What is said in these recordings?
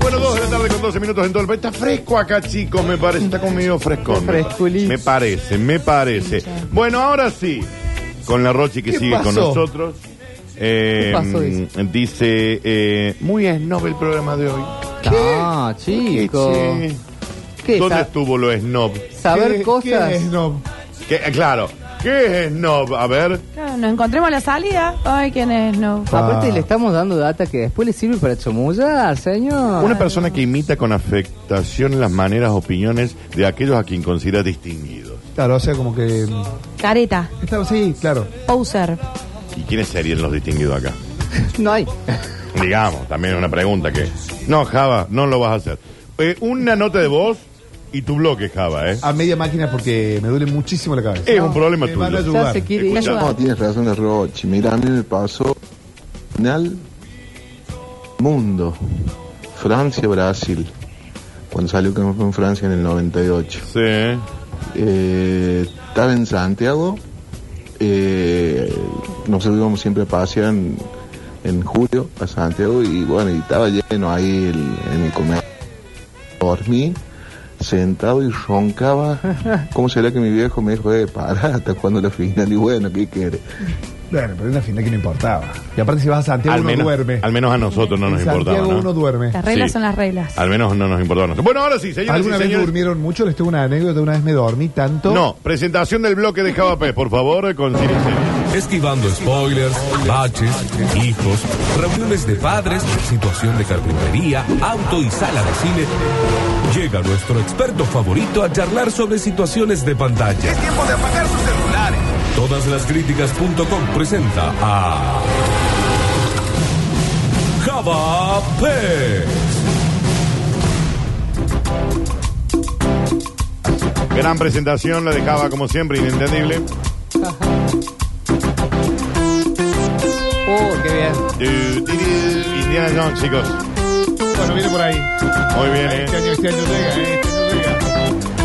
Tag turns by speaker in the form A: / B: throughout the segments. A: Bueno, dos de la tarde con 12 minutos en todo el país. Está fresco acá, chicos, me parece. Está conmigo frescón.
B: Fresculísimo.
A: Me parece, me parece. Bueno, ahora sí, con la Rochi que
B: ¿Qué
A: sigue con
B: pasó?
A: nosotros. Eh,
B: ¿Qué pasó, dice?
A: dice, eh, muy snob el programa de hoy.
B: No, Ah, chico.
A: Che,
B: ¿Qué?
A: ¿Dónde
B: Sa-
A: estuvo lo snob?
B: saber cosas.
C: no?
A: Que, eh, claro, ¿qué es snob? A ver,
D: Claro, nos encontremos a la salida. Ay, ¿quién es? No.
A: Ah.
B: Aparte le estamos dando data que después le sirve para chomullar, señor.
A: una persona que imita con afectación las maneras, opiniones de aquellos a quien considera distinguidos.
C: Claro, o sea, como que.
D: Careta,
C: Está, sí, claro.
D: poser.
A: ¿Y quiénes serían los distinguidos acá?
B: No hay.
A: Digamos, también es una pregunta que. No, Java, no lo vas a hacer. Eh, una nota de voz y tu bloque, Java, ¿eh?
C: A media máquina porque me duele muchísimo la cabeza.
A: es un problema
C: Ah, me van a
A: tuyo.
C: ayudar.
B: Ya se quiere ir.
D: Escucha.
E: No, tienes razón la Rochi. Mira, a mí me pasó final mundo. Francia-Brasil. Cuando salió campeón Francia en el 98.
A: Sí.
E: Eh, estaba en Santiago. eh, nosotros íbamos siempre a pasear en, en julio a Santiago y bueno, y estaba lleno ahí el- en el comer. Dormí sentado y roncaba. ¿Cómo será que mi viejo me dijo, eh, para, hasta cuando la final? Y bueno, ¿qué quiere?
C: Bueno, pero en la final que no importaba. Y aparte, si vas a Santiago,
A: Al
C: uno
A: menos,
C: duerme.
A: al menos a nosotros no
C: En
A: nos
C: Santiago
A: importaba. ¿no?
C: uno duerme.
D: Las reglas
A: Sí. Ah.
D: son las reglas.
A: Al menos no nos importaba. a nosotros. Bueno, ahora sí, señores
C: ¿Alguna
A: y
C: vez
A: señores.
C: durmieron mucho? Les tengo una anécdota. Una vez me dormí tanto.
A: No, presentación del bloque de Java Pez, por favor, con Siri Series.
F: Esquivando spoilers, baches, hijos, reuniones de padres, situación de carpintería, auto y sala de cine. Llega nuestro experto favorito a charlar sobre situaciones de pantalla. Es tiempo de apagar sus celulares. Todalaslascríticas.com presenta a Java Pez.
A: Gran presentación, la de Java, como siempre, inentendible.
B: Oh, qué bien.
A: Du, di, di, Indiana Jones, chicos.
C: Bueno, viene por ahí.
A: Muy bien, ¿eh?
C: Este año, este año llega, eh, este año llega.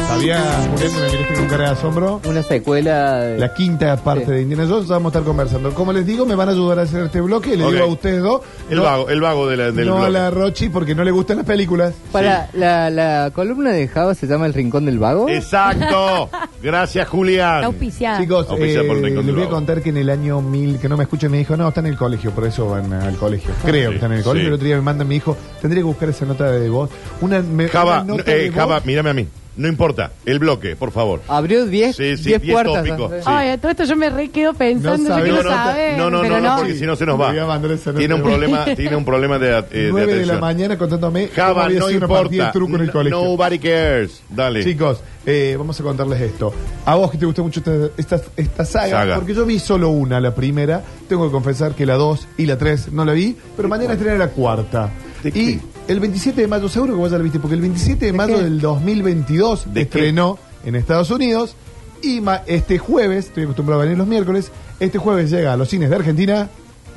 C: Sabía, Julián, que me miraste con cara de asombro.
B: Una secuela de...
C: La quinta parte
B: Sí.
C: de Indiana Jones, vamos a estar conversando. Como les digo, me van a ayudar a hacer este bloque. Le
A: Ok.
C: digo a ustedes dos.
A: El
C: no-
A: vago, el vago de la- del
C: no a
A: bloque.
C: la Rochi porque no le gustan las películas.
B: Para la, la columna de Java se llama El Rincón del Vago.
A: Exacto. Gracias, Julián.
D: Está auspiciada.
C: Chicos,
A: Auspiciada
C: eh,
A: por Rincón
C: les
A: del
C: voy a
A: Vago.
C: contar que en el año 1000, que no me escuchen, me dijo, no, está en el colegio, por eso van al colegio. Creo que están en el
A: Ah, sí.
C: colegio. El otro día me manda mi hijo, tendría que buscar esa nota de voz. Una, me-
A: Java,
C: una nota
A: eh,
C: de voz.
A: Java, mírame a mí. No importa. El bloque, por favor.
B: Abrió 10
A: Sí, sí,
B: 10
A: diez
B: puertas.
A: tópicos.
B: ¿sabes?
A: Sí.
D: Ay, todo esto yo me re quedo pensando,
C: No
D: yo
C: sabe,
D: quiero
A: no,
D: saber.
A: no, no, no,
D: pero
A: no, porque si no se nos va.
C: Voy a mandar esa nota
A: Tiene un
C: de voz.
A: problema, tiene un problema de, at- eh, de
C: 9 de la
A: atención.
C: mañana contándome cómo
A: Java,
C: había
A: no
C: sido una partida de
A: importa.
C: truco en el
A: No-
C: colegio.
A: Nobody cares. Dale.
C: Chicos, eh, vamos a contarles esto. A vos que te gustó mucho esta, esta, esta saga,
A: Saga.
C: porque yo vi solo una, la primera. Tengo que confesar que la 2 y la 3 no la vi, pero mañana estrena la cuarta.
A: ¿De
C: Y
A: qué?
C: el 27 de mayo, seguro que vos ya la viste, porque el 27 de mayo
B: qué?
C: del 2022
A: ¿De
C: estrenó en Estados Unidos. Y ma- este jueves, estoy acostumbrado a venir los miércoles, este jueves llega a los cines de Argentina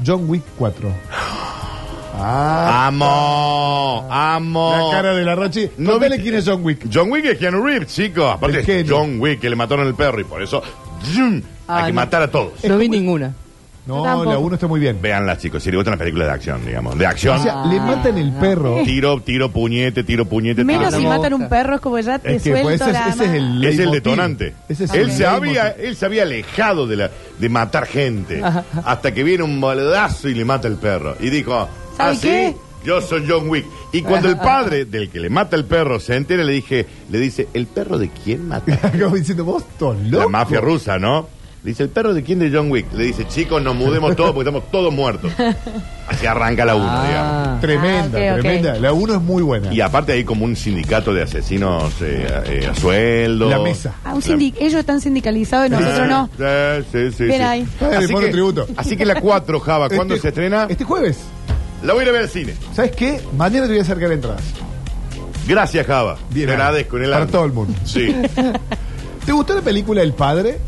C: John Wick 4. Ah,
A: Amo, amo.
C: la cara de la Rochi.
A: No
C: No vele
A: vi-
C: quién es John Wick.
A: John Wick es Keanu Reeves, chicos. Aparte,
C: El genio.
A: John Wick, que le mataron el perro y por eso ¡zum!
B: Ah,
A: hay que
B: no.
A: matar a todos.
C: Eh.
B: No vi ninguna.
C: No,
D: tampoco.
C: la 1 está muy bien.
A: Veanlas, chicos. Si les gustan las películas de acción, digamos. De acción.
C: O sea, le matan el perro.
A: Tiro, tiro, puñete, tiro, puñete,
D: Menos
A: tiro.
D: si
B: no me
D: matan
B: gusta.
D: un perro, es como ya te
C: Es que,
D: suelto
C: pues, ese, es-
D: la
C: ese es el
A: Es el
C: leitmotiv.
A: detonante.
C: Ese es
A: él,
C: el
A: se había,
C: leitmotiv.
A: él se había alejado de, la, de matar gente hasta que viene un balazo y le mata el perro. Y dijo,
D: ¿Sabe
A: ¿así?
D: qué?
A: Yo soy John Wick. Y cuando el padre del que le mata el perro se entera, le, dije, le dice, ¿el perro de quién mata?
C: Acabo diciendo, vos tos loco.
A: La mafia rusa, ¿no? Le dice, ¿el perro de quién de John Wick? Le dice, chicos, nos mudemos todos porque estamos todos muertos. Así arranca la uno, digamos.
B: Ah,
C: Tremenda,
D: Ah, ok, ok.
C: tremenda. La 1 es muy buena.
A: Y aparte hay como un sindicato de asesinos eh, a- eh, a sueldo.
C: La mesa.
D: Ah, un sindic- Ellos están sindicalizados y nosotros no.
A: Sí, sí, sí.
D: Ven
A: sí.
D: ahí.
C: Padre,
A: Así,
C: pone
A: que,
C: tributo.
A: así que la 4, Java, ¿cuándo
C: Este-
A: se estrena?
C: Este jueves.
A: La voy a ir a ver al cine.
C: ¿Sabes qué? Mañana te voy a acercar entradas.
A: Gracias, Java.
C: Bien,
A: Te
C: Ana.
A: agradezco en el
C: Para
A: alma.
C: todo el mundo.
A: Sí,
C: ¿Te gustó la película El Padre?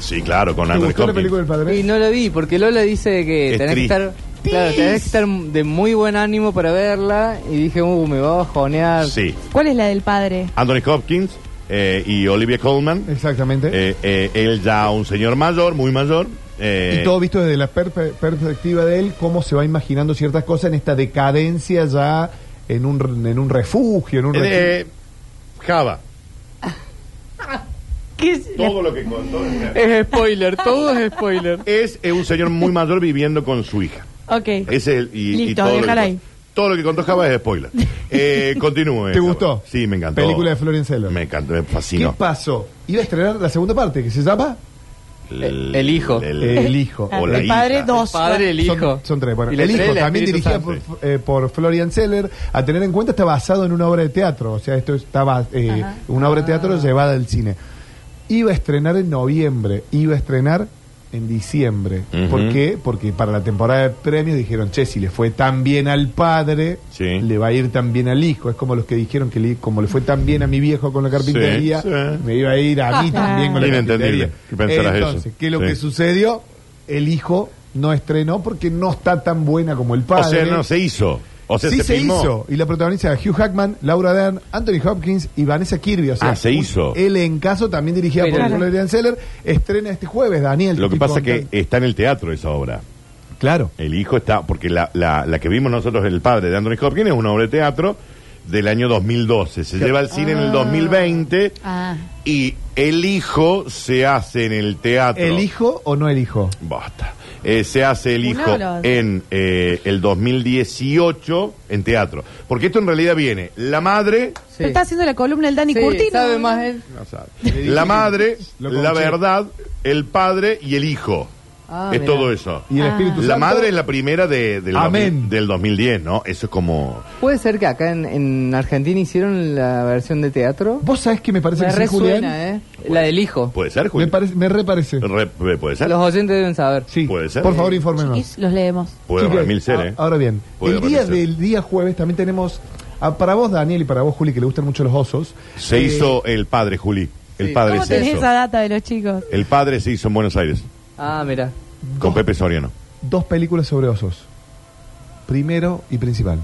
A: sí, claro, con
C: ¿Te
A: Anthony
C: gustó la película
A: Hopkins.
C: El Padre?
B: Y no la vi, porque Lola dice que
A: Es
B: tenés que
A: triste.
B: estar. Claro, tenés que estar de muy buen ánimo para verla. Y dije, uh, me va a bajonear.
A: Sí,
D: ¿Cuál es la del padre?
A: Anthony Hopkins eh, y Olivia Colman.
C: Este. Exactamente.
A: Eh, eh, él ya un señor mayor, muy mayor. Eh,
C: Y todo visto desde la perpe- perspectiva de él, cómo se va imaginando ciertas cosas en esta decadencia ya en un, re- en un refugio, en un
A: eh,
C: refugio.
A: eh, Java.
D: ¿Qué es?
A: Todo lo que contó es Java.
B: Es spoiler, todo es spoiler.
A: es eh, un señor muy mayor viviendo con su hija.
D: Ok.
A: Es el, y,
D: Listo,
A: y todo, lo que,
D: déjala ahí.
A: todo lo que contó Java es spoiler. Eh, continúe.
C: ¿Te
A: Java.
C: gustó?
A: Sí, me encantó.
C: Película de Florian Zeller.
A: Me encantó, me
C: ¿Qué
A: fascinó.
C: pasó? Iba a estrenar la segunda parte, que se llama
B: El- el hijo.
C: El hijo.
A: o la
D: el padre
A: hija.
D: dos.
B: Padre, el
C: Son-
B: hijo.
C: Son, tres. Bueno,
B: Y la
C: el hijo,
B: estrella,
C: también
B: Espíritu
C: dirigida por,
B: Santo.
C: eh, por Florian Zeller. A tener en cuenta, está basado en una obra de teatro. O sea, esto estaba eh, una obra de teatro llevada al cine. Iba a estrenar en noviembre, iba a estrenar en diciembre.
A: Ujú.
C: ¿Por qué? Porque para la temporada de premios dijeron, che, si le fue tan bien al padre,
A: Sí.
C: le va a ir tan bien al hijo. Es como los que dijeron que le- como le fue tan bien a mi viejo con la carpintería,
A: sí.
C: me iba a ir a mí también con la
A: Inentendible
C: carpintería.
A: que pensaras eso.
C: Entonces, ¿qué es lo
A: Sí.
C: que sucedió? El hijo no estrenó porque no está tan buena como el
A: O sea,
C: padre.
A: no se hizo. O sea,
C: sí se,
A: filmó.
C: hizo. Y la protagonista de Hugh Hackman, Laura Dern, Anthony Hopkins y Vanessa Kirby. O sea,
A: Ah, se
C: un-
A: hizo.
C: El encaso, también dirigida por
D: Pero-
C: Florian Zeller, estrena este jueves, Daniel.
A: Lo que
C: Estoy
A: pasa es que
C: contando.
A: está en el teatro esa obra.
C: Claro.
A: El hijo está, porque la, la, la que vimos nosotros, el padre de Anthony Hopkins, es una obra de teatro del año 2012. Se lleva al cine en el 2020
D: Ah.
A: y el hijo se hace en el teatro.
C: ¿El hijo o no el hijo?
A: Basta. Eh, se hace el
D: Una
A: hijo
D: o la otra.
A: en eh, el 2018 en teatro. Porque esto en realidad viene la madre,
D: Pero está haciendo la columna el Dani
B: Sí,
D: Curtino.
B: sabe más él.
A: no sabe, la madre,
C: Lo
A: la
C: conché.
A: verdad, el padre y el hijo.
B: Ah,
A: es
B: mirá.
A: todo eso.
C: Y el Espíritu
A: La
C: Santo-
A: madre es la primera de, del,
C: Amén.
A: 2000 del 2010, ¿no? Eso es como...
B: ¿Puede ser que acá en, en Argentina hicieron la versión de teatro?
C: ¿Vos sabés que me parece
B: Me
C: que sí, Julián?
B: resuena, ¿eh? La del hijo.
A: ¿Puede ser,
C: Me,
A: Julio?
C: parece, me reparece.
A: Re- eh, ¿Puede ser?
B: Los oyentes deben saber.
C: Sí.
A: ¿Puede ser?
C: Por favor, infórmenos.
D: Chiquis, Los leemos.
A: Puede
C: Chiques,
A: remil ser,
C: a-
A: ¿eh?
C: Ah, Ahora bien,
A: Puede
C: el día
A: remil ser.
C: del día jueves también tenemos, ah, para vos Daniel y para vos Juli, que le gustan mucho los osos.
A: Se
C: eh,
A: hizo el padre, Juli. El
B: Sí.
A: padre
D: ¿Cómo
A: se
D: tenés
A: hizo.
D: esa data de los chicos?
A: El padre se hizo en Buenos Aires,
B: Ah, mira.
A: con Pepe Soriano.
C: dos películas sobre osos. Primero y principal.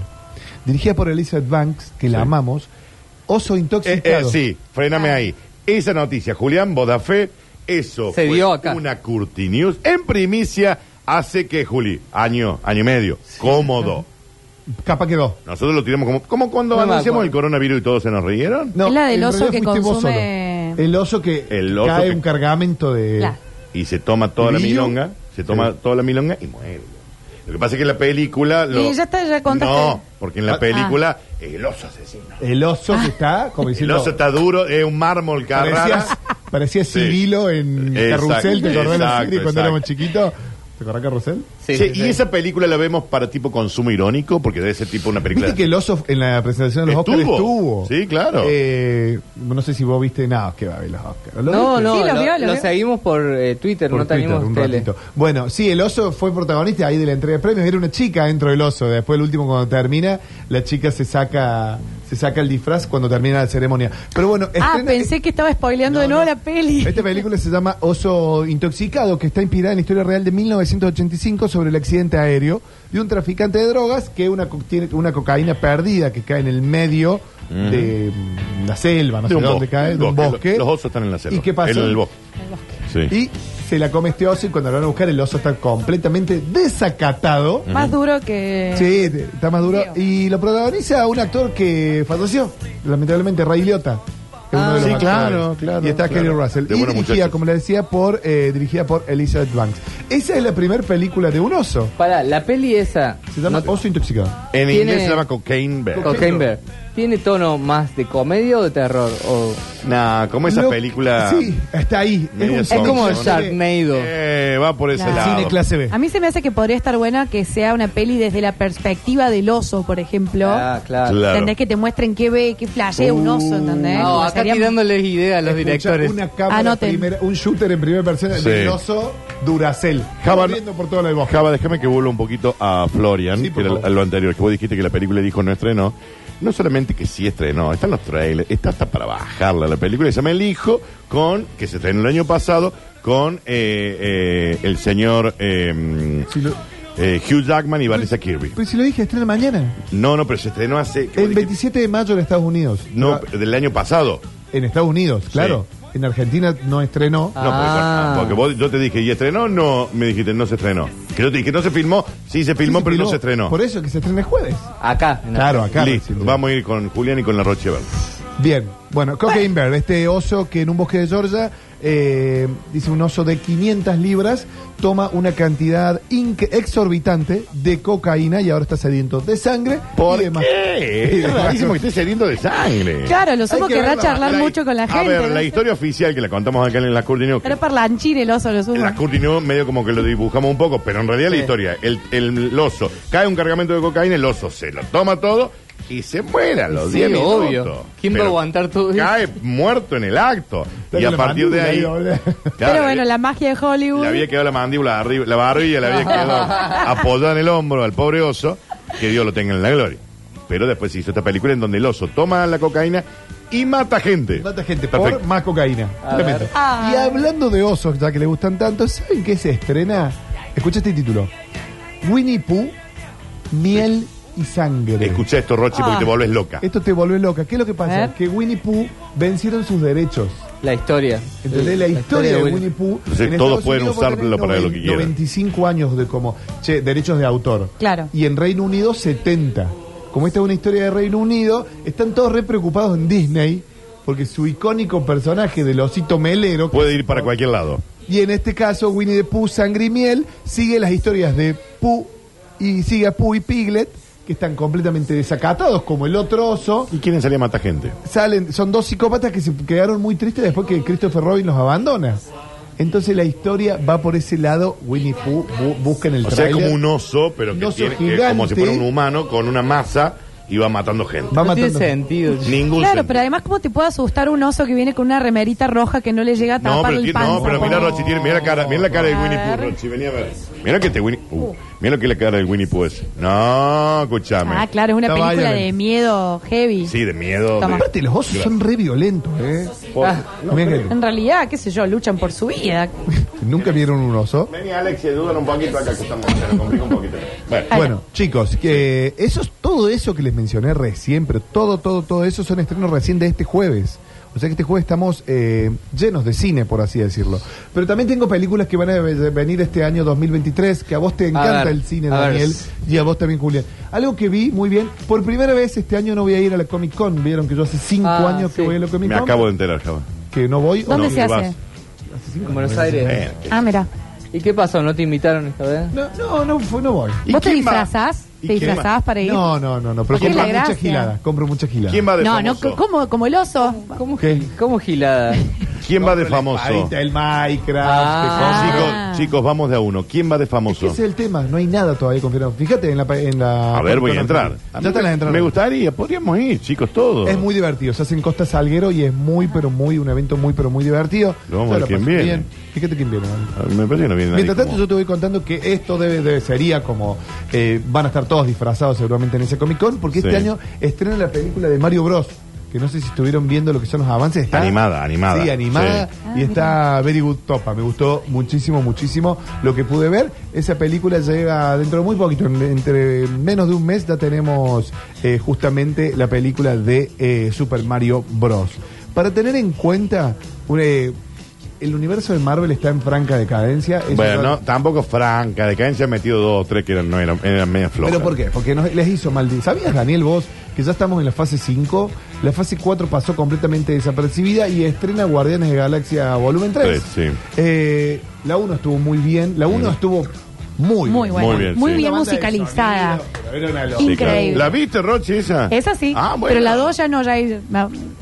C: Dirigida por Elizabeth Banks, que la
A: Sí.
C: amamos. Oso
A: Eh,
C: intoxicado.
A: eh, sí, frename ahí. Esa noticia, Julián Bodafé, eso
B: Se
A: fue
B: dio acá.
A: una Curti News en primicia hace que, Juli, año, año y medio, cómodo.
C: Capa quedó.
A: Nosotros lo tiramos como, como cuando
B: No me acuerdo.
A: anunciamos el coronavirus y todos se nos rieron.
D: Es la del
C: en
D: oso
C: realidad
D: que
C: fuiste vos
D: consume-
C: solo. El oso que
A: El oso
C: cae
A: que-
C: un cargamento de...
D: Claro.
A: Y se toma toda la
C: ¿Brillo?
A: milonga, se toma
C: Sí.
A: toda la milonga y muere. Lo que pasa es que en la película... Lo...
D: Y ya está, ya contaste.
A: No, porque en la
C: Ah.
A: película el oso asesino.
C: El oso que está, como
A: El
C: diciendo...
A: oso está duro, es un mármol Carrara.
C: Parecías, parecías
A: Sí.
C: Cirilo en
A: Exacto,
C: Carrusel, ¿te acordás de la
A: exacto,
C: serie
A: exacto.
C: cuando éramos chiquitos? ¿Te acordás Carrusel?
B: Sí,
A: Che,
B: sí,
A: Y
B: sí.
A: esa película la vemos para tipo consumo irónico, porque de ese tipo una película...
C: Viste que el oso en la presentación de los
A: Estuvo.
C: Oscars estuvo.
A: Sí, claro.
C: Eh, no sé si vos viste nada, que va a ver los Oscars. ¿Lo
B: No,
C: viste?
B: no,
D: Sí, lo
B: lo,
D: vio, lo
B: lo
D: vio.
B: seguimos por eh, Twitter,
C: Por
B: no
C: Twitter,
B: tenemos
C: un
B: tele.
C: ratito. Bueno, sí, el oso fue protagonista ahí de la entrega de premios. Era una chica dentro del oso. Después, el último, cuando termina, la chica se saca se saca el disfraz cuando termina la ceremonia. Pero bueno,
D: Ah,
C: estrena-
D: pensé que estaba spoileando de nuevo la peli.
C: Esta película se llama Oso Intoxicado, que está inspirada en la historia real de 1985 sobre el accidente aéreo de un traficante de drogas que una co- tiene una cocaína perdida que cae en el medio de mm, la selva, no
A: De
C: sé
A: un
C: dónde
A: bosque,
C: cae,
A: un
C: de un
A: bosque.
C: bosque.
A: Los osos están en la selva.
C: ¿Y qué pasa?
A: En el bosque. Sí.
C: Y se la come este oso y cuando lo van a buscar el oso está completamente desacatado.
D: Más duro que...
C: Sí, te- está más duro. Y lo protagoniza un actor que falleció, lamentablemente, Ray Liotta. que es
B: Ah,
C: uno de los
A: sí,
C: actores.
A: claro, claro,
C: Y está
A: claro.
C: Kerry Russell.
A: De
C: y
A: buenos
C: dirigida,
A: muchachos.
C: como le decía, por eh, dirigida por Elizabeth Banks. Esa es la primera película de un oso.
B: Pará, la peli esa,
C: Se llama Oso Intoxicado.
A: En
B: Tiene-
A: inglés se llama Cocaine Bear.
C: Cocaine-
B: Cocaine ¿tiene tono más de comedia o de terror? O...
A: Nah, como esa
C: Lo-
A: película...
C: Sí, está ahí.
A: medio
C: un
A: Es
B: Es
A: Son-
C: cine-
B: como
A: son-
B: Sharknado.
A: Eh, va por ese
D: Claro.
A: lado.
C: Cine clase B.
D: A mí se me hace que podría estar buena que sea una peli desde la perspectiva del oso, por ejemplo.
B: Ah, claro.
A: Claro. Uh.
D: ¿Entendés? Que te muestren qué ve, qué flashea un oso, ¿entendés?
B: ¿Eh? No,
D: Como
B: acá
D: sería-
B: tirándoles ideas a los
C: Escucha,
B: directores.
C: Una cámara
D: Anoten.
C: primera- un shooter en primera persona
A: Sí.
C: del oso Duracel.
A: Java-
C: Corriendo por todo el bosque.
A: Java, déjame que vuelva un poquito a Florian,
C: Sí,
A: que
C: por
A: era
C: favor.
A: lo anterior, que vos dijiste que la película dijo no estrenó. No solamente que sí estrenó, están los trailers, está hasta para bajarla la película. Se llama El Hijo, con, que se estrenó el año pasado, con eh, eh, el señor eh,
C: Si lo-
A: eh, Hugh Jackman y Vanessa Kirby.
C: Pero Pues si lo dije, estrena mañana.
A: No, no, pero se estrenó hace... ¿qué
C: El
A: vos dijiste?
C: 27 de mayo en Estados Unidos.
A: No,
C: Pero-
A: del año pasado.
C: En Estados Unidos, claro.
A: Sí.
C: en Argentina no estrenó.
A: No, porque,
B: Ah.
A: porque vos, yo te dije, ¿y estrenó? No, me dijiste, no se estrenó. Que yo te dije, no se filmó, sí se filmó,
C: Sí,
A: pero no se estrenó.
C: Por eso que se estrena el jueves.
B: Acá. en
C: Claro, acá.
A: Listo,
C: recién.
A: vamos a ir con Julián y con la Rochever.
C: Bien, bueno, Cocaine Bear, este oso que en un bosque de Georgia, eh, dice un oso de 500 libras, toma una cantidad inque- exorbitante de cocaína y ahora está sediento de sangre.
A: ¿Por
C: y demás. Y
A: qué? Es
C: demás
A: rarísimo que
C: cosas.
A: esté sediento de sangre.
D: Claro, los
C: Hay
D: somos
C: que
D: querrá
C: verla.
D: charlar mucho con la gente.
A: A ver,
D: ¿no?
A: la historia oficial que la contamos acá en la Curtinio.
D: Era parlanchín el oso, los
A: La Curtinio medio como que lo dibujamos un poco, pero en realidad la
B: Sí.
A: historia, el, el oso, cae un cargamento de cocaína, el oso se lo toma todo y se muere a los
B: Sí,
A: 10 minutos.
B: obvio. ¿Quién va a
A: Pero
B: aguantar todo eso?
A: Cae muerto en el acto.
C: Dale
A: y a
C: la
A: partir de ahí...
C: mandíbula ahí, boludo.
A: Claro,
D: Pero bueno,
A: eh,
D: la magia de Hollywood.
A: Le había quedado la mandíbula arriba, la barbilla le había quedado apoyada en el hombro al pobre oso, que Dios lo tenga en la gloria. Pero después se hizo esta película en donde el oso toma la cocaína y mata gente.
C: Mata gente por
A: Perfecto.
C: más cocaína.
B: A
C: Tremendo.
B: ver.
D: Ah.
C: Y hablando de osos, ya que le gustan tanto, ¿saben qué se estrena? Escucha este título. Winnie Pooh, miel y sangre.
A: Escucha esto, Rochi,
B: Ah.
A: porque te volvés loca.
C: Esto te vuelve loca. ¿Qué es lo que pasa?
D: A ver.
C: Que Winnie Pooh vencieron sus derechos.
B: La historia.
C: ¿Entendés? La, historia de Winnie Pooh.
A: Entonces,
C: en
A: todos
C: Estados
A: pueden
C: Unidos vos tenés
A: usarlo para lo que quieran.
C: 95 años de como, che, derechos de autor.
D: Claro.
C: Y en Reino Unido, 70. Como esta es una historia de Reino Unido, están todos re preocupados en Disney porque su icónico personaje del osito melero. que
A: Puede
C: se-
A: ir para cualquier lado.
C: Y en este caso, Winnie the Pooh, Sangre y Miel, sigue las historias de Pooh y sigue a Pooh y Piglet, que están completamente desacatados, como el otro oso
A: ¿Y quieren salir a matar gente?
C: salen, son dos psicópatas que se quedaron muy tristes después que Christopher Robin los abandona. Entonces la historia va por ese lado, Winnie Pooh bu- busca en el
A: O sea, es
C: tráiler,
A: como un oso, pero
C: Un
A: que
C: oso
A: tiene, que
C: gigante.
A: como si fuera un humano con una masa y va matando gente.
C: va
B: No tiene
C: matando.
B: sentido. che.
A: Ningún
D: Claro,
A: sentido.
D: pero además, ¿cómo te puede asustar un oso que viene con una remerita roja que no le llega a tapar
A: No, pero,
D: el
A: tiene-
D: panza?
A: no, pero
D: por-
A: mira, Rochi, tiene, mira, la cara, mira la cara de
D: A
A: Winnie Pooh,
D: ver.
A: Rochi, vení a ver. Mira que te Winnie, uh, mira lo que es la cara de Winnie Pooh es. No, escúchame.
D: Ah, claro, es una
C: Está
D: película
C: Violent.
D: de miedo heavy.
A: Sí, de miedo.
D: Toma. Ah.
A: de-
C: Aparte los osos son re violentos, ¿eh?
A: Por-
C: Mirá que-
D: En realidad, qué sé yo, luchan por su vida.
C: Nunca vieron un oso.
A: Vení, Alex, y ayúdalo un poquito acá, que estamos, se nos complica un poquito. Bueno,
D: Ay,
C: Bueno, chicos, que eso, es- todo eso que les mencioné recién, pero todo, todo, todo eso son estrenos recién de este jueves. O sea que este jueves estamos eh, llenos de cine, por así decirlo. Pero también tengo películas que van a ve- venir este año 2023, que a vos te encanta
B: ver,
C: el cine,
B: a ver.
C: Daniel, y a vos también, Julián. Algo que vi muy bien, por primera vez este año no voy a ir a la Comic Con. Vieron que yo hace cinco
B: Ah,
C: años que
B: sí.
C: voy a la Comic
A: me
C: Con.
A: acabo de enterar, Java.
C: Que no voy. o
D: ¿Dónde
C: no.
D: se hace?
A: vas.
B: En Buenos Aires.
A: Eh,
D: Ah, mira.
B: ¿Y qué pasó? ¿No te invitaron esta vez?
C: No, no, no, fue- no voy.
A: ¿Y
D: ¿Vos te
A: quién va?
D: disfrazás?
A: ¿Y
D: ¿Te
A: quién va?
D: disfrazás para ir?
C: No, no, no, no, pero
D: ¿Por qué
C: compro
D: la
C: muchas
D: gracia?
C: giladas, compro muchas giladas.
A: ¿Quién va de
D: No, no,
A: famoso?
D: ¿cómo? ¿Como el oso?
B: ¿Cómo,
C: ¿Qué?
B: ¿Cómo gilada?
A: ¿Quién va de famoso?
C: Ahorita el Minecraft.
B: Ah.
C: que
A: Chicos, chicos, vamos de a uno. ¿Quién va de
C: Es que
A: famoso?
C: ese es el tema, no hay nada todavía confirmado. Fíjate en la. pa- En la
A: A ver, voy a entrar.
C: Ya están las entradas.
A: Me gustaría, podríamos ir, chicos, todos.
C: Es muy divertido, se hace en Costa Salguero y es muy, pero muy, un evento muy, pero muy divertido.
A: Lo vamos a ver
C: la
A: quién
C: paso
A: viene.
C: Fíjate quién viene. Dani.
A: Ah, Me parece que no viene nadie
C: Mientras tanto,
A: como-
C: yo te voy contando que esto debe, debe- sería como. eh, van a estar todos disfrazados seguramente en ese Comic Con, porque
A: Sí.
C: este año estrena la película de Mario Bros. Que no sé si estuvieron viendo lo que son los avances. Está-
A: Animada, animada.
C: Sí, animada.
A: Sí.
C: y está Very Good Topa. Me gustó muchísimo, muchísimo lo que pude ver. Esa película llega dentro de muy poquito, en- entre menos de un mes ya tenemos eh, justamente la película de eh, Super Mario Bros. Para tener en cuenta, un, eh, el universo de Marvel está en franca decadencia. Eso
A: Bueno,
C: ya-
A: no, tampoco franca, decadencia ha metido dos o tres que eran, no eran, eran media flojas.
C: ¿Pero por qué? Porque nos- les hizo mal. ¿Sabías, Daniel, vos, que ya estamos en la fase 5? La fase 4 pasó completamente desapercibida y estrena Guardianes de Galaxia Volumen 3.
A: Tres, sí.
C: Eh, la 1 estuvo muy bien. La 1 estuvo muy,
D: Muy buena.
C: bien.
A: Muy
D: Muy
A: bien,
D: bien,
A: sí.
C: La banda de
D: musicalizada.
C: sonido, pero era una locura.
A: Sí, claro.
D: Increíble.
A: ¿La viste, Rochi, esa?
D: Esa sí,
A: Ah, bueno.
D: pero la dos ya no, ya hay...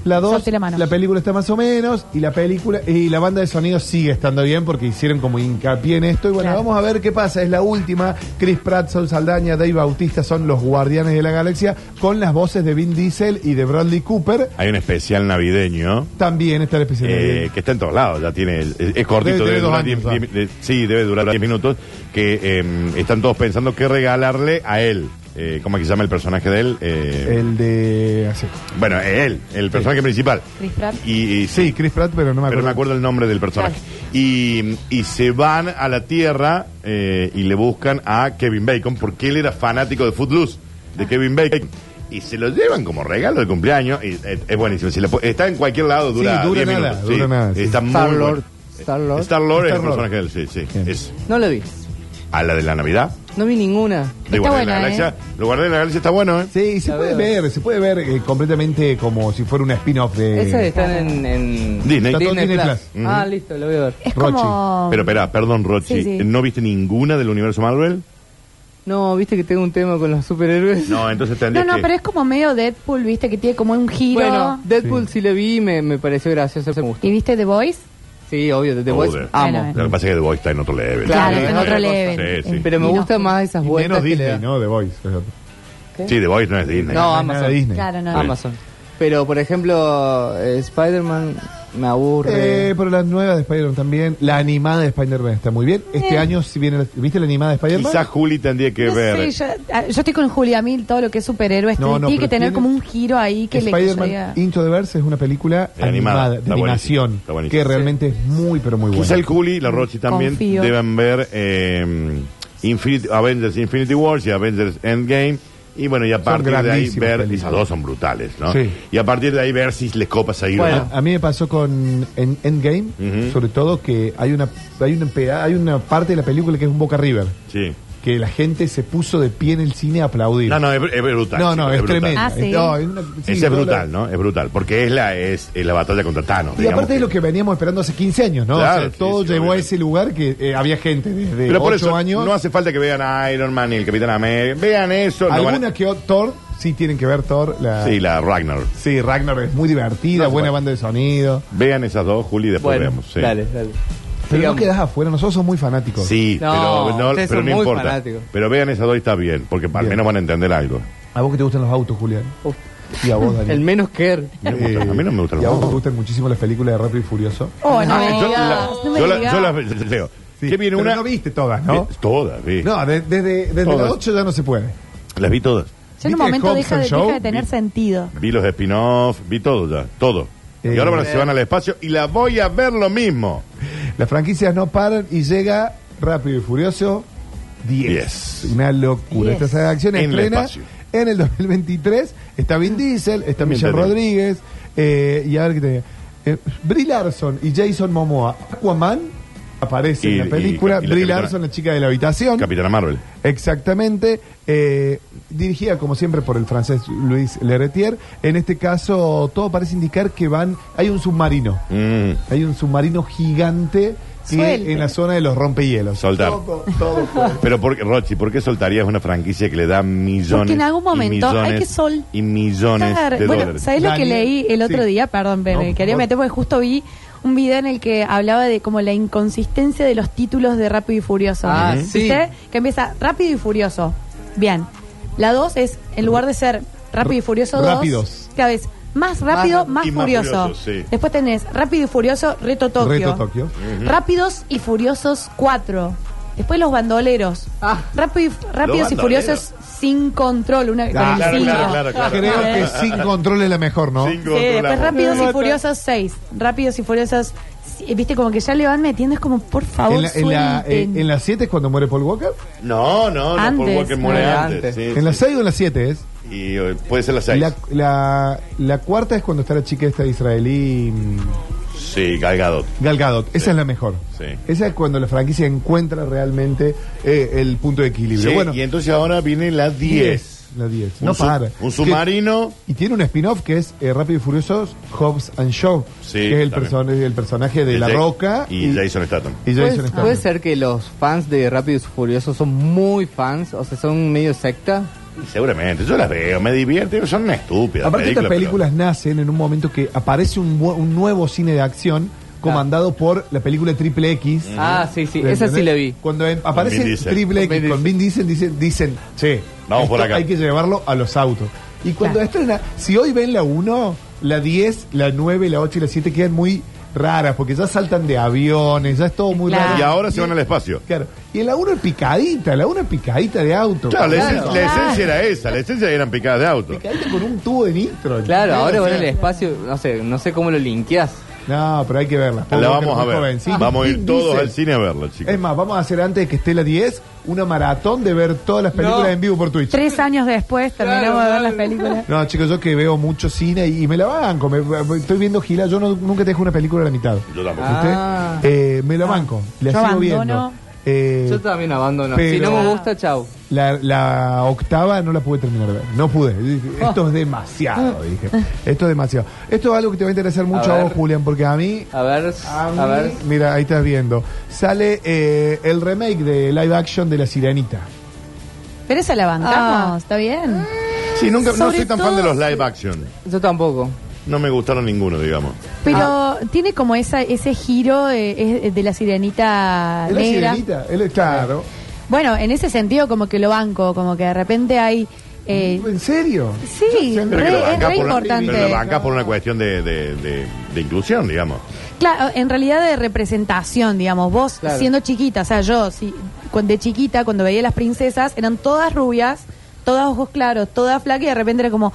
C: La 2,
D: Sorte la mano.
C: película está más o menos y la película y la banda de sonido sigue estando bien porque hicieron como hincapié en esto y bueno,
D: Claro.
C: vamos a ver qué pasa, es la última, Chris Pratt, Sol Saldaña, Dave Bautista son los guardianes de la galaxia con las voces de Vin Diesel y de Bradley Cooper.
A: Hay un especial navideño
C: También está la especie de
A: eh, que está en todos lados, ya tiene, es, es cortito, debe,
C: Debe tener dos
A: durar
C: años, ah.
A: 10
C: ¿no?
A: de- sí, debe durar 10 minutos, que eh, están todos pensando qué regalarle a él. Eh, ¿Cómo es que se llama el personaje de él? Eh,
C: el de así.
A: Bueno, él, el personaje principal.
D: Chris Pratt.
A: Y, y-
C: Sí, Chris Pratt, pero no me
A: pero
C: acuerdo.
A: me acuerdo el nombre del personaje. Y, y se van a la Tierra eh, y le buscan a Kevin Bacon, porque él era fanático de Footloose, de Kevin Bacon. Y se lo llevan como regalo de cumpleaños. y, eh, es buenísimo. Si la po- está en cualquier lado, dura
C: Sí, dura
A: 10
C: nada,
A: minutos.
C: dura nada, sí.
A: Está muy
B: Star-Lord,
A: bueno.
B: Star-Lord.
A: Star-Lord es el
C: Star-Lord.
A: personaje del. Sí, sí.
C: Bien.
A: Es
B: No la vi.
A: a la de la Navidad.
B: No vi ninguna.
A: De
D: Está
A: Guardianes de la
D: buena,
A: Galaxia. Lo Guardianes de la Galaxia está bueno, ¿eh?
C: Sí, y se
B: La
C: puede
B: veo.
C: ver, se puede ver eh, completamente como si fuera una spin-off de.
B: Esa está en, en
A: Disney. Está
C: Eh. todo en Disney
A: Plus.
B: Ah,
A: Ujú.
B: listo, lo voy a ver.
D: Es
C: Rochi.
D: como.
A: Pero espera, perdón, Rochi.
D: Oh. Sí, sí.
A: ¿No viste ninguna del universo Marvel?
B: No, viste que tengo un tema con los superhéroes.
A: No, entonces
D: No,
A: tendrías
D: no,
A: que...
D: pero es como medio Deadpool, viste, que tiene como un giro.
B: Bueno, Deadpool sí, la vi y me, me pareció gracioso, me gustó.
D: ¿Y viste The Voice?
B: Sí, obvio, de The
A: Joder.
B: Voice amo.
A: Lo que pasa es que The Voice está en otro level.
B: Claro,
A: Sí,
B: está en
A: sí,
B: otro
A: sí.
D: level.
A: Sí, sí.
B: Pero me
D: Y no,
B: gusta
D: sí.
B: más esas
C: Y
B: vueltas
C: menos
B: que le
C: Disney,
B: da.
C: ¿no? The Voice. o sea,
A: Sí, The Voice no es Disney.
B: No,
C: nada
B: Amazon.
C: Disney.
D: Claro, no.
B: Amazon. Pero, por ejemplo, eh, Spider-Man me aburre.
C: Eh, pero la nueva de Spider-Man también. La animada de Spider-Man está muy bien. Este
D: Eh.
C: año, si viene. la- ¿Viste la animada de Spider-Man?
A: Quizás Juli tendría que
D: No
A: ver.
D: sé, yo, ah, yo estoy con Julia Mil, todo lo que es superhéroes.
C: No, no,
D: tiene que
C: pero
D: tener
C: tiene-
D: como un giro ahí que le que yo diga-
C: Spider-Man Into the Verse es una película
A: Animada,
C: animada, de
A: está buenísimo,
C: animación
A: está buenísimo.
C: que realmente es muy pero muy
A: Quizá
C: buena.
A: el Juli y la Rochi también
D: Confío.
A: deben ver eh, Infinity- Avengers Infinity Wars y Avengers Endgame. Y bueno, y a partir de ahí
C: grandísimas
A: ver,
C: películas.
A: esas dos son brutales, ¿no?
C: Sí.
A: Y a partir de ahí ver si les copa seguir. o
B: Bueno.
A: no.
C: A mí me pasó con en Endgame,
A: Ujú.
C: sobre todo que hay una hay una peda- hay una parte de la película que es un Boca River,
A: Sí.
C: que la gente se puso de pie en el cine a aplaudir.
A: No, no, es, es brutal.
C: no,
A: sí,
C: no, es,
A: brutal.
C: tremendo.
D: Ah, sí.
C: No, es una- sí,
A: Ese es
C: toda la-
A: brutal, ¿no? Es brutal. Porque es la, es, es la batalla contra Thanos.
C: Y
A: digamos
C: aparte es lo que veníamos esperando hace 15 años, ¿no? O sea,
A: Claro, sí,
C: todo
A: sí,
C: llegó a
A: obviamente.
C: ese lugar que eh, había gente desde
A: Pero por
C: 8
A: eso,
C: años.
A: no hace falta que vean a Iron Man y el Capitán América. Vean eso. no
C: Alguna
A: van a-
C: que o- Thor, sí tienen que ver Thor. La,
A: Sí, la Ragnar.
C: Sí, Ragnar es muy divertida,
A: No,
C: buena
A: bueno.
C: banda de sonido.
A: Vean esas dos, Juli, y después
B: bueno,
A: vemos. Sí.
B: dale, dale.
C: Pero no
B: Sigamos.
C: quedas afuera, nosotros somos muy fanáticos.
A: Sí,
B: No,
A: pero no,
B: ustedes
A: pero
B: son
A: no
B: muy
A: importa.
B: fanáticos.
A: Pero vean esas dos y está bien, porque al
C: Bien.
A: menos van a entender algo.
C: A vos que te gustan los autos, Julián.
B: Uf,
C: Y a vos, Daniel.
B: el menos care.
A: A mí no me gustan- a mí no me gustan
C: Y a
A: los
C: vos te
A: autos.
C: gustan muchísimo las películas de Rápido y Furioso.
D: Oh, no, me
A: Yo, la-
D: digas, no me
A: yo la-
D: digas.
A: yo las leo.
C: Sí,
A: ¿Qué viene
C: pero
A: una?
C: no viste todas, ¿no?
A: Vi- Todas, vi.
C: No, de- desde, desde
A: Todas.
C: las 8 ya no se puede.
A: Las vi todas.
D: Ya en un
C: ¿Viste
D: momento
C: Hobbs
D: deja de,
C: and Shaw?
D: deja de tener
A: Vi-
D: sentido.
A: Vi los spin-off, vi todo ya, todo. Y
C: Eh,
A: ahora van a-
B: bien.
A: se van al espacio y la voy a ver lo mismo.
C: Las franquicias no paran y llega Rápido y Furioso 10.
A: Diez.
C: Una locura.
D: Diez.
C: Esta saga de acción
A: En el
C: estrena
A: espacio.
C: en el 2023. Está Vin Diesel, está
A: Bien,
C: Michelle
A: tenemos.
C: Rodríguez. eh, y a ver qué te eh, Brie Larson y Jason Momoa. Aquaman aparece
A: Y-
C: en
A: y-
C: la película.
A: y la
C: Brie
A: capitana-
C: Larson, la chica de la habitación.
A: Capitana Marvel.
C: Exactamente. eh, dirigida, como siempre, por el francés Luis Leretier. En este caso, todo parece indicar que van. Hay un submarino.
A: Mm,
C: Hay un submarino gigante que
D: Suelte.
C: en la zona de los rompehielos.
A: soltar.
C: Todo, todo fue.
A: Pero, porque, Rochi, ¿por qué soltarías una franquicia que le da millones
D: Porque en algún
A: y
D: momento hay
A: millones
D: que sol-
A: y millones de
D: bueno,
A: dólares?
D: ¿sabés lo que
C: Daniel,
D: leí el otro
C: sí.
D: día? Perdón, pero
C: No,
D: me
C: por
D: quería
C: favor.
D: meter porque justo vi un video en el que hablaba de como la inconsistencia de los títulos de Rápido y Furioso.
B: Ah,
D: ¿Viste?
B: sí.
D: Que empieza Rápido y Furioso. Bien. La 2 es, en lugar de ser Rápido y Furioso 2,
C: Rápidos.
D: cada vez más rápido, más,
A: y más
D: furioso.
A: furioso, sí.
D: Después tenés Rápido y Furioso, Reto Tokio.
C: Reto Tokio.
D: Rápidos y Furiosos 4. Después los bandoleros.
B: Ah.
D: Rápido y, Rápidos y
A: bandoleros.
D: Furiosos sin control. Una,
C: Ah,
D: con el
A: claro,
D: signo.
A: claro, claro, claro.
C: Creo que sin control es la mejor, ¿no?
A: Cinco,
D: Sí,
A: otro lado.
D: después Eh, pues Rápidos y Furiosos 6. Rápidos y Furiosos. sí, Viste, como que ya le van metiendo, es como, por favor,
C: En la, en, la, eh,
D: suelten.
C: en las 7 es cuando muere Paul Walker.
A: No, no, no, por
D: Antes,
A: Walker muere
B: no,
A: antes.
B: antes.
A: sí,
C: En la
A: sí.
C: 6 o en las 7 es.
A: Y eh, puede ser la 6.
C: La, la, la cuarta es cuando está la chica esta israelí mm,
A: Sí, Galgado.
C: Gal Gadot. Esa es la mejor.
A: Sí.
C: Esa es cuando la franquicia encuentra realmente eh, el punto de equilibrio. bueno,
A: y entonces ahora viene la 10.
C: La 10.
A: Un
C: No
A: su-
C: para.
A: Un submarino.
C: Y tiene un spin-off que es eh, Rápido y Furiosos, Hobbs and Shaw,
A: Sí,
C: que es el,
A: también.
C: person- el personaje de
A: de
C: La
A: Jack-
C: Roca
A: Y, Jason Statham.
C: y Jason
B: ¿Puede,
C: Statham.
B: puede ser que los fans de Rápidos y Furiosos son muy fans? O sea, son medio secta.
A: Y Seguramente, yo las veo, me divierte, son una estúpida.
C: Aparte, estas películas nacen en un momento que aparece un, bu- un nuevo cine de acción comandado por la película Triple X.
B: Ah, sí, sí, esa
C: ¿Entendés?
B: sí la vi.
C: Cuando em- aparece
A: Vin Diesel.
C: Triple X
B: Con Vin
C: con Vin Diesel, dicen, dicen che,
A: Vamos por
C: esto
A: acá.
C: hay que llevarlo a los autos. Y cuando
D: Claro.
C: estrena, si hoy ven la 1, la 10, la 9, la 8 y la 7 quedan muy raras porque ya saltan de aviones, ya es todo muy
D: Claro.
A: Y
C: raro.
A: ahora se van al espacio.
C: Claro. Y la 1 es picadita, la 1 es picadita de auto.
A: Claro, la, esen-
B: Claro.
A: la esencia era esa, la esencia eran picadas de auto.
C: Picadita con un tubo de nitro.
B: Claro,
C: ¿entendés?
B: ahora
C: O
B: van
C: sea,
B: al espacio, no sé, no sé cómo lo linkeás.
C: No, pero hay que verla.
A: La
C: Porque
A: vamos a
C: muy
A: ver.
C: jovencito.
A: Vamos a
C: Vin
A: ir todos
C: Diesel.
A: al cine a verla, chicos.
C: Es más, vamos a hacer antes de que esté la 10 una maratón de ver todas las películas
B: No.
C: en vivo por Twitch.
D: Tres años después terminamos de ver
B: Claro,
D: las
B: claro.
D: películas.
C: No, chicos, yo que veo mucho cine y, y me la banco. me- me- estoy viendo Gila, yo no- nunca te dejo una película a la mitad.
A: Yo tampoco.
C: ¿Usted?
B: Ah.
C: Eh, me la banco, la
D: Yo
C: sigo
D: abandono.
C: viendo. Eh,
B: Yo también abandono. Si
C: pero-
B: no me gusta, chau.
C: la, la octava no la pude terminar de ver, no pude. Dije,
D: Oh.
C: Esto es
D: Ah.
C: demasiado, dije. Esto es demasiado. Esto es algo que te va a interesar mucho a,
B: ver.
C: vos, Julián, porque a mí...
B: A ver,
C: a
B: a
C: mí-
B: ver.
C: Mira, ahí estás viendo. Sale eh, el remake de live action de La Sirenita.
D: Pero esa la bancamos,
B: Ah.
D: está bien.
A: Sí, nunca, no
D: Sobre
A: soy tan
D: todo-
A: fan de los live action.
B: Yo tampoco.
A: No me gustaron ninguno, digamos.
D: Pero
C: Ah.
D: tiene como esa, ese giro eh, es de la sirenita
C: ¿Es La
D: negra.
C: Sirenita? Él es- claro.
D: Bueno, en ese sentido como que lo banco, como que de repente hay... eh,
C: ¿En serio?
D: sí,
C: Yo
A: Pero
C: siempre
D: re-
A: que lo
D: es
A: bancás
D: re
A: por una-
D: importante.
A: pero lo bancás por una cuestión de, de- de- de inclusión, digamos.
D: Claro, en realidad de representación, digamos, vos
B: Claro.
D: siendo chiquita, o sea, yo si, cu- de chiquita cuando veía las princesas eran todas rubias, todas ojos claros, todas flacas y de repente era como,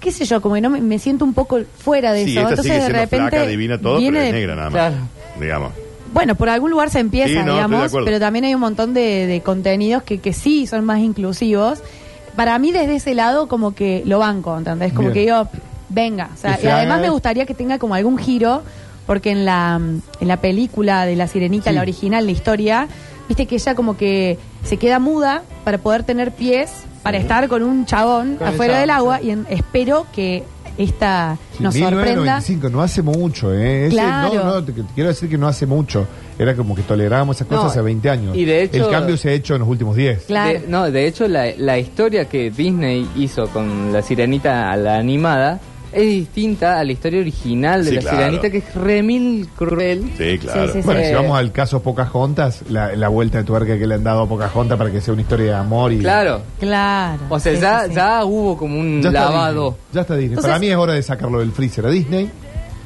D: qué sé yo, como que no me, me siento un poco fuera de
A: Sí,
D: eso.
A: esta
D: Entonces
A: sigue
D: de
A: siendo
D: repente
A: flaca, divina todo,
D: viene
A: pero es
D: de-
A: negra nada más.
B: Claro.
A: Digamos.
D: Bueno, por algún lugar se empieza,
A: Sí, no, estoy de
D: digamos,
A: acuerdo.
D: pero también hay un montón de, de contenidos que, que sí son más inclusivos. Para mí desde ese lado como que lo banco, ¿entendés? Como
C: Bien.
D: que digo, venga. O sea,
C: Que
D: y
C: se
D: además
C: haga-
D: me gustaría que tenga como algún giro, porque en la, mm, en la película de La Sirenita,
C: Sí.
D: la original, la historia, viste que ella como que se queda muda para poder tener pies, para estar con un chabón
B: Con el
D: afuera
B: chabón,
D: del agua, y en- espero que esta
C: Sí,
D: nos sorprenda.
C: 1995, no hace mucho, ¿eh? Ese-
D: Claro.
C: no, no, te, te quiero decir que no hace mucho. Era como que tolerábamos esas
B: No,
C: cosas hace 20 años.
B: y de hecho-
C: El cambio se ha hecho en los últimos 10.
D: Claro.
B: De- no, de hecho, la, la historia que Disney hizo con la sirenita a la animada es distinta a la historia original de
A: Sí,
B: la
A: claro.
B: sirenita, que es remil cruel.
A: Sí, claro.
D: sí, sí.
C: Bueno,
B: Eh,
C: si vamos al caso Pocahontas, la, la vuelta de tuerca que le han dado a Pocahontas para que sea una historia de amor y...
B: Claro.
D: Claro.
B: O sea,
D: Sí,
B: ya,
D: sí, sí.
B: ya hubo como un
C: Ya está
B: lavado.
C: Disney, ya está Disney.
D: Entonces-
C: para mí es hora de sacarlo del freezer a Disney.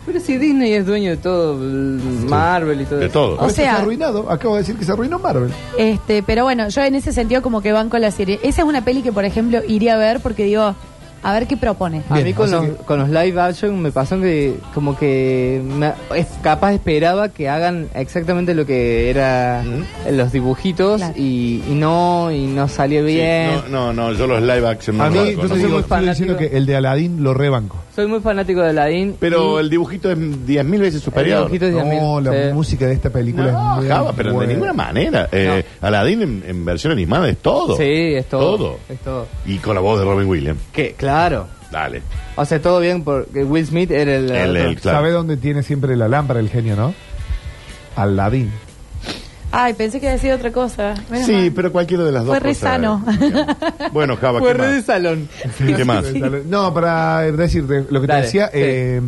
B: Pero si Disney es dueño de todo, el Marvel y todo
A: De
B: eso.
A: todo.
D: O
C: Ahora
D: sea-
C: se ha arruinado. Acabo de decir que se arruinó Marvel.
D: Este, pero bueno, yo en ese sentido como que banco la serie. Esa es una peli que, por ejemplo, iría a ver porque digo, a ver qué propone.
B: A
C: Bien,
B: mí con
C: así
B: los,
C: que-
B: con los live action me pasó que como que me- es, capaz esperaba que hagan exactamente lo que era en los dibujitos
D: Claro.
B: y, y no y no salió
A: Sí,
B: bien.
A: no, no, no, yo los live action no
C: a mí,
A: los
C: yo
A: banco,
C: te
A: no.
B: soy
C: digo,
B: muy
C: estoy diciendo que
B: fanático.
C: el de Aladdin lo rebanco.
B: Soy muy fanático de Aladdin.
A: Pero
B: y-
A: el dibujito es 10.000 veces superior.
B: dibujito es- Sí, a mí,
C: No, la
B: sí.
C: música de esta película es
A: No,
C: muy
A: Java, pero de
C: buena.
A: ninguna manera. Eh, Aladdin en, en versión animada es todo.
B: Sí, es todo,
A: Todo.
B: Es todo.
A: Y con la voz de Robin Williams.
B: Que, claro.
A: Dale.
B: O sea, todo bien porque Will Smith era el...
A: El- el- claro.
C: ¿Sabe dónde tiene siempre la lámpara el genio, no? Aladdin.
D: Ay, pensé que iba a decir otra cosa. Menos
A: sí,
D: mal.
A: pero cualquiera de las dos
D: Fue re
A: cosas,
D: sano.
A: digamos. Bueno, Java,
B: Fue
A: ¿qué
B: re de
A: más?
B: salón.
A: ¿Qué más?
C: No, para decirte lo que te
B: Dale,
C: decía,
B: sí.
C: eh,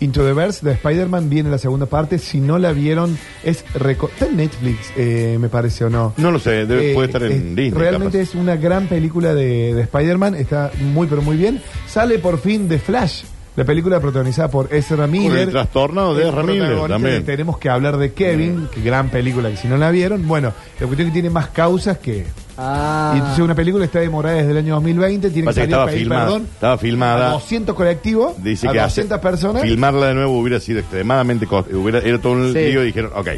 C: Into the Verse de Spider-Man viene la segunda parte. Si no la vieron, es reco- está en Netflix, eh, me parece o no.
A: No lo sé, debe,
C: Eh,
A: puede estar en
C: eh,
A: Disney.
C: Realmente
A: capaz.
C: es una gran película de, de Spider-Man, está muy pero muy bien. Sale por fin de Flash, la película protagonizada por Ezra Miller.
A: el trastorno de
C: El
A: Ezra Miller,
C: protagonista
A: también. Mm.
C: de Tenemos que hablar de Kevin, que gran película que si no la vieron, bueno, la cuestión es que tiene más causas que...
B: Ah.
C: Y entonces una película está demorada desde el año 2020, tiene que
A: Pasa que
C: salir a
A: estaba
C: pedir
A: filmada,
C: perdón
A: estaba filmada.
C: a 200 colectivos,
A: Dice
C: a
A: que hace-
C: 200 personas.
A: filmarla de nuevo hubiera sido extremadamente cost- hubiera Era todo un
B: Sí.
A: lío y dijeron, ok,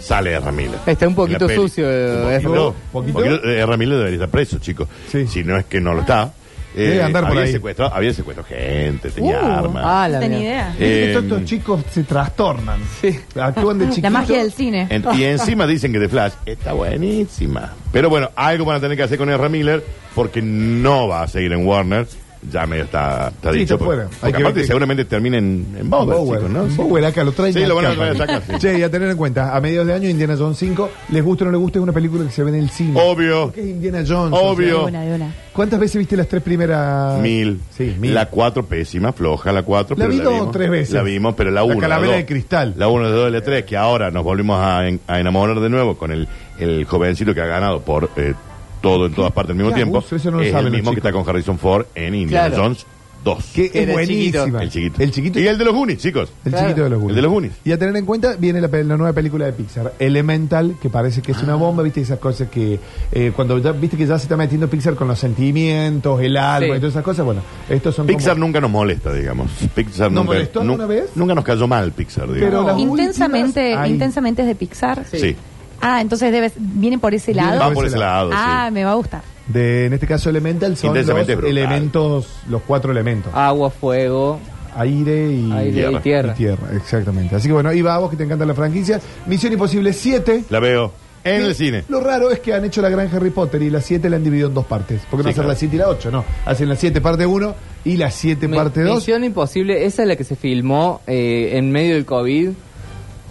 A: sale Ezra Miller.
B: Está un
A: En
B: poquito
A: la peli.
B: sucio, eh,
A: Un
B: Ezra.
A: poquito,
C: ¿Poquito?
A: poquito, eh, Ezra Miller debería estar preso, chicos.
C: Sí.
A: Si no es que no lo está. Eh,
C: Debe andar por
A: había,
C: ahí.
A: Secuestrado, había secuestrado gente, tenía
D: Uh,
A: armas.
B: Ah,
D: no
B: la
D: tenía
B: mierda.
D: idea.
C: Viste que
A: Eh,
C: todos estos chicos se trastornan.
B: Sí.
C: Actúan de chiquitos.
D: La magia del cine.
A: En- y encima dicen que The Flash está buenísima. Pero bueno, algo van a tener que hacer con Ezra Miller porque no va a seguir en Warner. Ya me está, está
C: Sí,
A: dicho.
C: está
A: porque-
C: fuera. Hay
A: porque
C: que ver
A: aparte
C: que-
A: seguramente termina en, en Bower,
C: Bower,
A: chicos, ¿no? Sí.
C: Bower, acá lo traen.
A: Sí, lo van a
C: acá.
A: traer acá, sí.
C: Che, y a tener en cuenta, a mediados de año Indiana Jones 5, les gusta o no les gusta, es una película que se ve en el cine.
A: Obvio.
C: Porque es Indiana Jones.
A: Obvio.
D: De una, de una.
C: ¿Cuántas veces viste las tres primeras?
A: Mil.
C: Sí, mil.
A: La cuatro, pésima, floja la cuatro.
C: La
A: pero
C: vi dos o
A: vimos.
C: tres veces.
A: La vimos, pero la
C: La
A: uno.
C: calavera
A: dos.
C: de cristal.
A: La uno, la dos, la tres, que ahora nos volvimos a, en- a enamorar de nuevo con el, el jovencito que ha ganado por eh, todo en todas partes al mismo
C: Qué
A: tiempo.
C: abuso, eso no lo
A: es
C: saben
A: el
C: los
A: mismo que
C: chicos.
A: está con Harrison Ford en Indiana
B: Claro.
A: Jones 2.
C: que
B: Que
C: es
B: era
C: buenísima.
B: chiquito.
A: El chiquito.
C: El chiquito.
A: Y el de los Goonies, chicos.
C: El
B: Claro.
C: chiquito de los Goonies.
A: El de los Goonies.
C: Y a tener en cuenta, viene la, pe- la nueva película de Pixar, Elemental, que parece que es
A: Ah.
C: una bomba, viste esas cosas que eh, cuando ya, viste que ya se está metiendo Pixar con los sentimientos, el alma
B: Sí.
C: y todas esas cosas, bueno, estos son
A: Pixar
C: como-
A: nunca nos molesta, digamos. Pixar
C: ¿Nos
A: nunca,
C: molestó
A: nu-
C: alguna vez?
A: Nunca nos cayó mal Pixar, digamos.
C: Pero las
D: Intensamente,
C: últimas, ahí.
D: intensamente es de Pixar.
A: Sí.
D: A Ah, entonces debes, viene por ese
C: Viene
D: lado.
A: Va por ese lado,
D: ah,
A: sí.
D: me va a gustar.
C: De, en este caso Elemental son los
A: Intensamente brutal.
C: elementos, los cuatro elementos.
B: Agua, fuego,
C: Aire y
B: aire
A: tierra.
B: y tierra.
C: y tierra, exactamente. Así que bueno, y va a vos que te encanta la franquicia. Misión Imposible 7.
A: La veo en
C: Que
A: el cine.
C: Lo raro es que han hecho la gran Harry Potter y la 7 la han dividido en dos partes. Porque no
A: Sí,
C: hacen
A: claro.
C: la 7 y la 8, no. Hacen la 7 parte 1 y la 7
B: Mi-
C: parte 2.
B: Misión Imposible, esa es la que se filmó eh, en medio del COVID,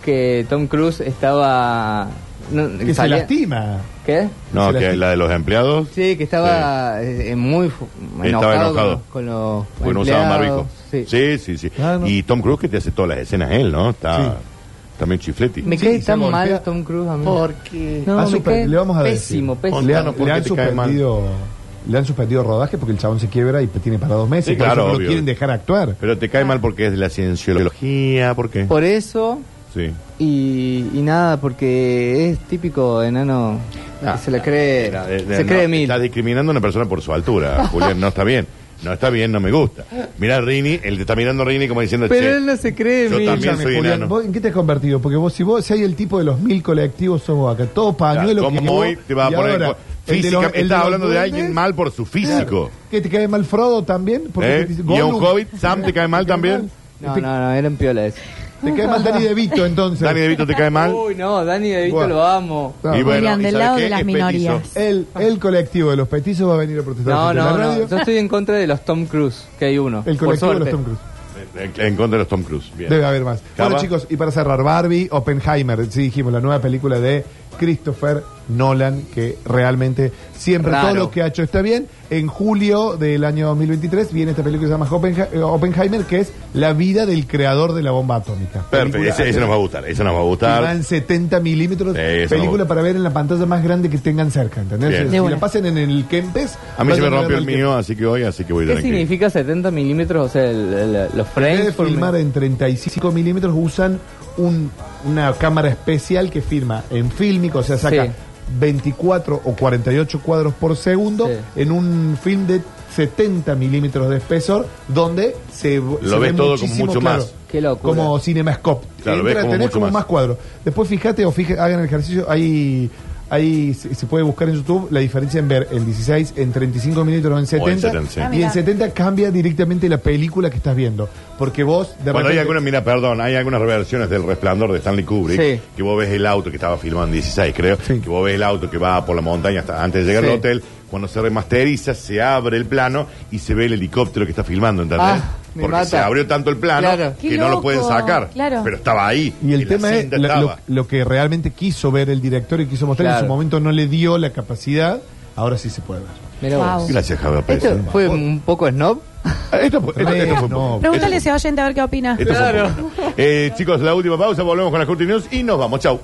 B: que Tom Cruise estaba... no,
C: Que se
B: salía-
C: lastima.
B: ¿Qué?
A: No,
C: Se la-
A: que la de los empleados.
B: Sí, que estaba eh, muy fu-
A: Estaba
B: enojado,
A: enojado.
B: Con, los- con los
A: Porque no usaban
B: empleados,
A: barbijo.
B: sí.
A: Sí, sí, sí.
C: Ah, no.
A: Y Tom Cruise que te hace todas las escenas él, ¿no? Está
C: Sí.
A: también chifleti.
B: Me
C: Sí,
B: cae
C: se
B: tan
C: golpea.
B: mal Tom Cruise a mí.
A: Porque
B: No,
C: Ha
B: me
C: super-
B: cae
C: le vamos a decir.
B: pésimo, pésimo.
C: Le han,
A: Contalo por
C: le
A: qué
C: han
A: te cae mal.
C: suspendido, le han suspendido rodaje porque el chabón se quiebra y tiene para dos meses.
A: Sí,
C: Por eso
A: claro,
C: no lo
A: obvio.
C: quieren dejar actuar.
A: Pero te cae mal porque es de la cienciología, Ah. ¿por qué?
B: Por eso
A: Sí.
B: y, y nada, porque es típico enano
A: Ah,
B: que se la cree,
A: Mira, de- de-
B: se
A: no,
B: cree mil.
A: Estás discriminando a una persona por su altura, Julián. No está bien. No está bien, no me gusta. Mira Rini, él te está mirando a Rini como diciendo,
B: Pero
A: che,
B: él no se cree
A: yo
B: mil.
A: también
C: Escúchame,
A: soy
C: Julián,
A: enano.
C: ¿vos ¿En qué te has convertido? Porque vos, si vos, si hay el tipo de los mil colectivos, sos vos acá. Todo pañuelo
A: como
C: que
A: hoy te va a
C: y
A: poner...
C: ahora, el de
A: física,
C: los- el de
A: estás
C: los
A: hablando de alguien
C: duendes,
A: mal por su físico.
C: Que te cae mal Frodo también. Porque
A: ¿Eh?
C: te dice-
A: Y a un
C: Gollum,
A: hobbit, Sam te cae mal
C: te cae
A: también.
C: mal.
B: No, no, no, eran piola ese.
C: Te cae mal Dani De Vito, entonces.
A: Dani De Vito te cae mal.
B: Uy, no, Dani de Vito
C: Ah. Bueno.
B: lo amo.
C: No.
D: Julián, del
A: ¿sabes
D: lado de
A: qué?
D: las
A: Es
D: minorías.
A: petizo.
C: El, el colectivo de los petizos va a venir a protestar.
B: No,
C: frente a
B: no,
C: la
B: no.
C: radio.
B: Yo estoy en contra de los Tom Cruise, que hay uno.
C: El
B: por
C: colectivo de los
B: suerte.
C: Tom Cruise.
A: En, en contra de los Tom Cruise. Bien.
C: Debe haber más. Bueno,
A: Cava.
C: chicos, y para cerrar, Barbie, Oppenheimer, sí dijimos, la nueva película de Christopher Nolan, que realmente siempre
B: Raro.
C: todo lo que ha hecho está bien. En julio del año 2023 viene esta película que se llama Oppenha- eh, Oppenheimer, que es la vida del creador de la bomba atómica.
A: Perfecto,
C: Película
A: ese, ese nos va a gustar, ese nos va a
C: que va
A: gustar.
C: en 70 milímetros.
A: Sí, eso
C: película
A: no-
C: para ver en la pantalla más grande que tengan cerca, ¿entendés?
A: Bien.
C: Si-
D: De
C: Si
D: una.
C: la pasen en el Kempes.
A: A mí se me
C: vayan a
A: rompió
C: verla
A: el
C: al
A: mío, así que hoy, así que voy
B: ¿Qué
A: tranquilo.
B: significa 70 milímetros? O sea, el- el- los
C: En vez de
B: frames por
C: filmar en 35 milímetros, usan un- una cámara especial que firma en fílmico, o sea, saca
B: Sí.
C: 24 o 48 cuadros por segundo
B: Sí.
C: en un film de 70 milímetros de espesor, donde se, Lo
A: ves todo como mucho más.
B: Qué locura.
C: Como CinemaScope.
A: Claro, ves
C: Entra,
A: como
C: tenés
A: mucho
C: como más.
A: más.
C: cuadros. Después fíjate o fíjate, hagan el ejercicio, ahí... Ahí se se puede buscar en YouTube la diferencia en ver en 16, en 35 milímetros, en 70.
A: 70, sí.
D: Ah,
C: Y en
D: mirá.
C: 70 cambia directamente la película que estás viendo. Porque vos, de
A: Cuando hay
C: repente.
A: algunas, mira, perdón, hay algunas reversiones del resplandor de Stanley Kubrick,
B: Sí.
A: que vos ves el auto que estaba filmando en 16, creo,
C: Sí.
A: que vos ves el auto que va por la montaña hasta antes de llegar
C: Sí.
A: al hotel, cuando se remasteriza, se abre el plano y se ve el helicóptero que está filmando, ¿entendés?
B: Ah, me
A: Porque
B: mata.
A: se abrió tanto el plano
B: Claro.
A: que
D: Qué
A: no
D: loco,
A: lo pueden sacar.
D: claro.
A: Pero estaba ahí.
C: Y el
A: la
C: tema es
A: cinta
C: la- lo,
A: estaba.
C: lo que realmente quiso ver el director y quiso mostrar. En
B: Claro.
C: su momento no le dio la capacidad. Ahora sí se puede ver.
B: Mirá vos.
D: Wow.
A: Gracias, Javier Pérez.
B: ¿Esto fue un poco snob?
A: Esto fue- esto- esto fue un poco.
C: No.
D: Pregúntale a ese oyente a ver qué opina.
A: Esto fue un poco. Eh, chicos, la última pausa, volvemos con las Curti News y nos vamos. Chau.